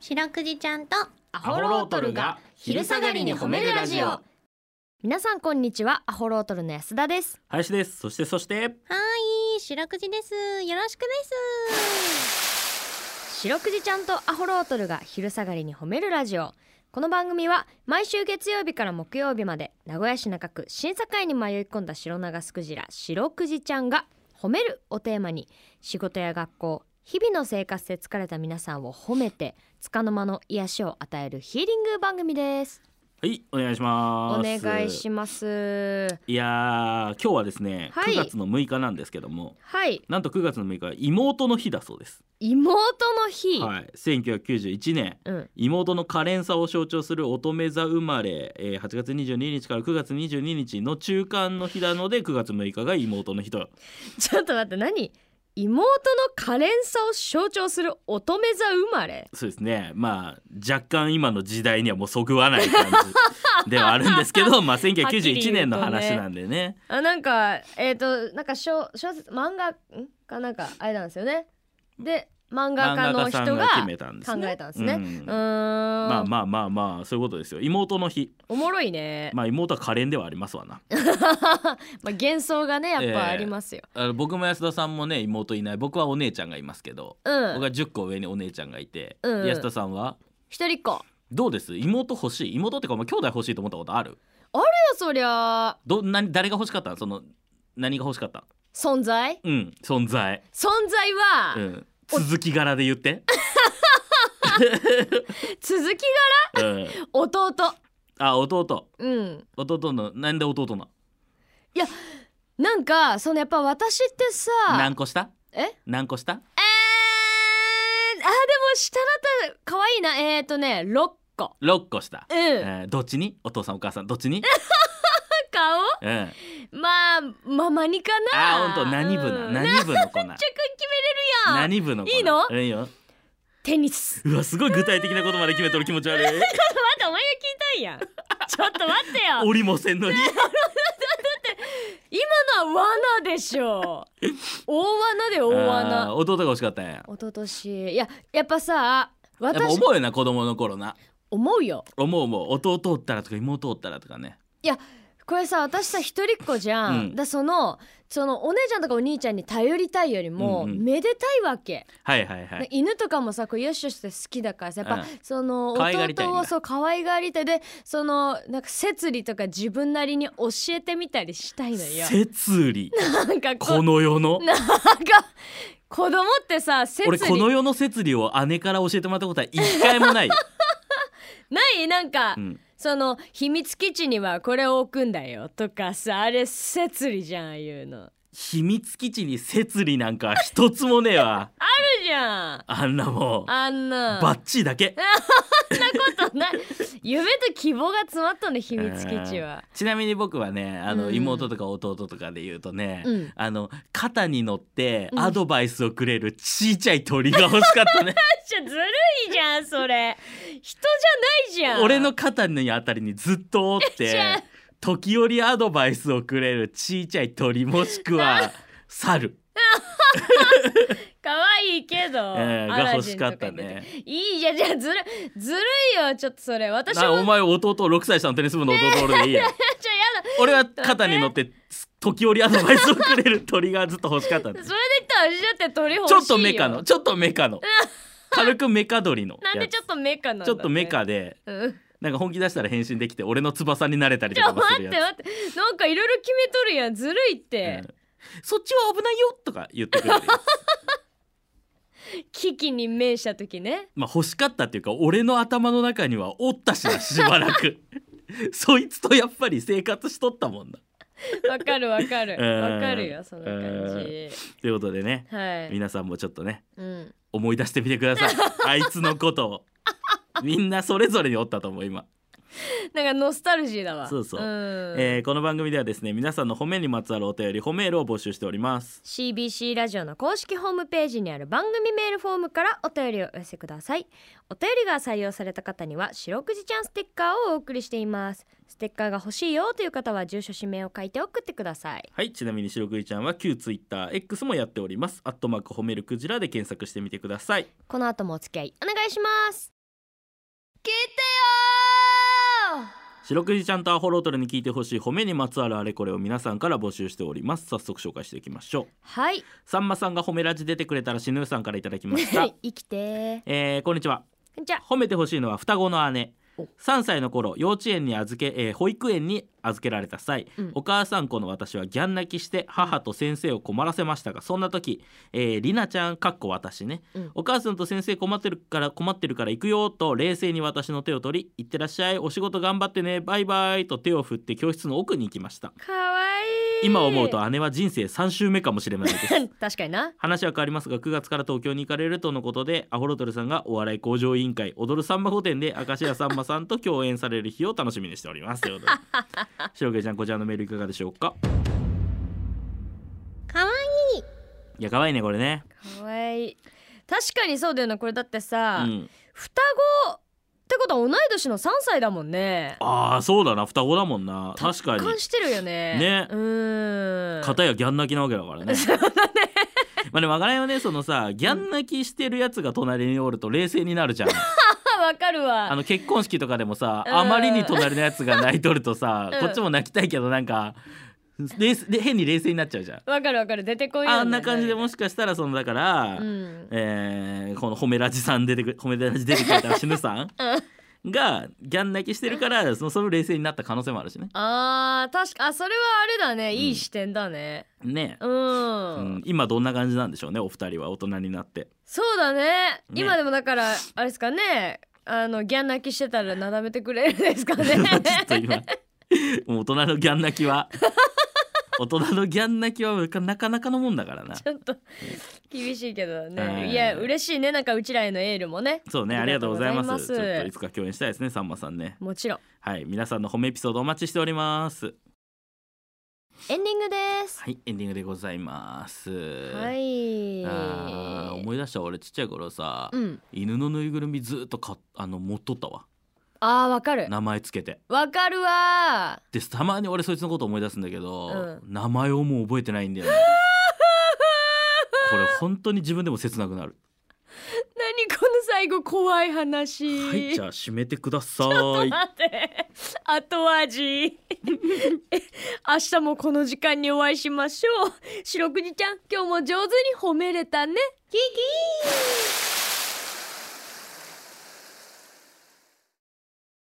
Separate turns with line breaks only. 白くじちゃんとア
ホロートルが昼下がりに褒めるラジオ
皆さんこんにちはアホロートルの安田です
林ですそしてそして
はい白くじですよろしくです
白くじちゃんとアホロートルが昼下がりに褒めるラジオこの番組は毎週月曜日から木曜日まで名古屋市中区審査会に迷い込んだ白長スクジラ白くじちゃんが褒めるをテーマに仕事や学校日々の生活で疲れた皆さんを褒めて束の間の癒しを与えるヒーリング番組です
はいお願いしま
お
す
願いします
いやー今日はですね、
はい
9月の6日なんですけども
はい
なんと9月の6日は妹の日だそうです
妹の日、
はい1991年
うん
妹の可憐さを象徴する乙女座生まれ、えー8月22日から9月22日の中間の日なので9月6日が妹の日と
ちょっと待って何妹の可憐さを象徴する乙女座生まれ
そうですねまあ若干今の時代にはもうそぐわない感じではあるんですけ どまあ1991年の話なんでね
あなんかえっ、となんか小小説漫画んかなんかあれなんですよねで漫画家の人が
決めたんですね
考えたんですね
う
うんーんま
まあまあまあまあそういうことですよ妹の日
おもろいね、ま
まあ妹は可憐ではありますわな
あ、幻想がねやっぱありますよ、
あの僕も安田さんもね妹いない僕はお姉ちゃんがいますけど、
う
僕
ん
は10個上にお姉ちゃんがいて、
うんうん
安田さんは
一人っ子
どうです妹欲しい妹ってかお前兄弟欲しいと思ったことある
いやそりゃあ
ど何誰が欲しかったのその何が欲しかった
存在
うん存在
存在は、
うん続き柄で言 って、
続き
うん、
が弟
あ弟
うん
弟のなんで弟なの
なんかそのやっぱ私ってさ
何個した
え
何個した
えー、あでも下だったら可愛いなえっ、ー、とね6個
6個した、
うん、
えーどっちにお父さんお母さんどっちに、
顔
うん、
まあママにかな
あー、本当何部な、
うん、めっ
何部の子な
ち。ゃく決めれるやん
何部の子な。
いいの
うんよ。
テニ ス
うわ、すごい具体的なことまで決めとる気持ち悪 い。
ちょっと待ってお前が聞いたんやんちょっと待 ってよ
おりもせんのに。
今のは罠でしょ大罠で大
あー
罠
弟が欲しかったんや。やっ
一昨年いややっぱさ
ぱ
私
思うよな、子供の頃な。
思うよ
思う思う、弟おったらとか、妹おったらとかね。
これさ私さ一人っ子じゃん、
うん
だそのそのお姉ちゃんとかお兄ちゃんに頼りたいよりも、
うんうん
めでたいわけ
はいはいは
ね
い。
犬とかもさこうよしよしって好きだからさやっぱ、
うん
その
可愛がりたいんだ
弟をそう可愛がりたいでそのなんか摂理とか自分なりに教えてみたりしたいのよ。
摂理。
なんかこ
この世の。
なんか子供ってさ摂
俺、この
理
世の摂理を姉から教えてもらったことは一回も ない。
ないなんか、
うん。
その秘密基地にはこれを置くんだよとかさあれ摂理じゃんああいうの。あ
秘密基地に摂理なんか一つもねえわ。
るじゃん
あんなもん。
あんな
バッチリだけ。
こと ない夢と希望が詰まったの秘密基地は。
ちなみに僕はねあの、
うん
妹とか弟とかで言うとね、
うん
あの肩に乗って
うん
アドバイスをくれるちっちゃい鳥が欲し かったね、
じゃずるいじゃんそれ人じゃないじゃん
俺の肩のあたりにずっとおっ
じゃあ
て時折アドバイスをくれるちっちゃい鳥もしくは猿、
可愛いけど、
えー
ア
が
ラ
欲
ジ
し
ン
か
と
っ
か
た
に出て
ね。
いいじゃんじゃあずるずるいよちょっとそれ私もじゃ
なお前弟6歳下のテニス部の弟俺でいいや、 俺は肩に乗って時折アドバイスをくれる鳥がずっと欲しかっ
や
たんで
だ
す
それで言ったら私だって鳥欲しい
ち
よ
ょっとメカのちょっとメ カの軽くメカ鳥のやつ
なんでちょっとメカなんだ
ちょっとメカで
うん、
なんか本気出したら変身できて俺の翼になれたり
ち
と
ょ
か
待
もす
っ
る
て
やつ
待ってなんかいろいろ決めとるやんずるいって、
うんそっちは危ないよとか言ってくれる やつ
危機に面した時ね
まあ欲しかったっていうか俺の頭の中にはおったしなしばらく そいつとやっぱり生活しとったもんだ
わかるわかる
うん
わかるよその感じ
ということでね
はい、
皆さんもちょっとね
うん、
思い出してみてくだ さいあいつのことをみんなそれぞれにおったと思う今、
なんかノスタルジーだわ
そうそうんえーこの番組ではですね皆さんの褒めにまつわるお便り褒めールを募集しております
CBC ラジオの公式ホームページにある番組メールフォームからお便りをお寄せくださいお便りが採用された方には白くじちゃんステッカーをお送りしていますステッカーが欲しいよという方は住所氏名を書いて送ってください
はいちなみに白くいちゃんは旧ツイッター X もやっておりますアットマーク褒めるクジラで検索してみてください
この後もお付き合いお願いしますてよ
白くじちゃんとアホロートルに聞いてほしい褒めにまつわるあれこれを皆さんから募集しております早速紹介していきましょう
はい
さんまさんが褒めラジ出てくれたらしぬうさんからいただきました
生きて
えー、こんにちは
ーじゃあ
褒めてほしいのは双子の姉
お
3歳の頃幼稚園に預け、えー保育園に預けられた際、
うん
お母さん子の私はギャン泣きして母と先生を困らせましたがそんな時、えー、りなちゃんかっこ私ね、
うん
お母さんと先生困ってるから困ってるから行くよと冷静に私の手を取り行ってらっしゃいお仕事頑張ってねバイバイと手を振って教室の奥に行きました
かわいい
今思うと姉は人生3周目かもしれないです
確かにな
話は変わりますが9月から東京に行かれるとのことでアホロトルさんがお笑い向上委員会踊るさんま御殿で明石家さんまさんと共演される日を楽しみにしておりますという ことで白毛ちゃんこちらのメールいかがでしょうか
かわいい
いや可愛いねこれね、
かわいい確かにそうだよなこれだって
う
さ、
ん、
双子ってことは同い年の3歳だもんね
ああそうだな双子だもんな確かに
感してるよね
ね
うーん
片やギャン泣きなわけだからねまあでもわからんよねそのさギャン泣きしてるやつが隣におると冷静になるじゃん
あ わかるわ
あの結婚式とかでもさ、
うん
あまりに隣のやつが泣いとるとさ、
うん
こっちも泣きたいけどなんか冷静で変に冷静になっちゃうじゃん。
わかるわかる出てこいよ
あんな感じでもしかしたらそのだから、
うん
えーこの褒めラジさん出てく褒めラジ出てくれたら死ぬさ ん、がギャン泣きしてるからそのその冷静になった可能性もあるしね。
あー確かあそれはあれだねいい視点だね
ね、
うん、
うん今どんな感じなんでしょうねお二人は大人になって。
そうだね
ね
今でもだからあれですかねあのギャン泣きしてたらなだめてくれるんですかね
ちょっと今もう大人のギャン泣きは大人のギャン泣きはなかなかのもんだからな。
ちょっと厳しいけどね、
はい
い、や嬉しいねなんかうちらへのエールもね
そうね、ありがとうございます。ち
ありがとうござ
ょっ
い
と
ま
いつか共演したいですね、さんまさんね。
もちろん
はい、皆さんの褒めエピソードお待ちしております。
エンディングです
はい、エンディングでございます。
は
はい。
い
あー思い出した俺ちっちゃい頃さ、
うん
犬のぬいぐるみずっとかあの持っとったわ
あーわかる
名前つけて
わかるわ
でたまに俺そいつのこと思い出すんだけど、
う
名前をもう覚えてないん だよねこれ本当に自分でも切なくなる
ー何この最後怖い話
はいじゃあ閉めてください
待って後味 え明日もこの時間にお会いしましょう白くじちゃん今日も上手に褒めれたねキキー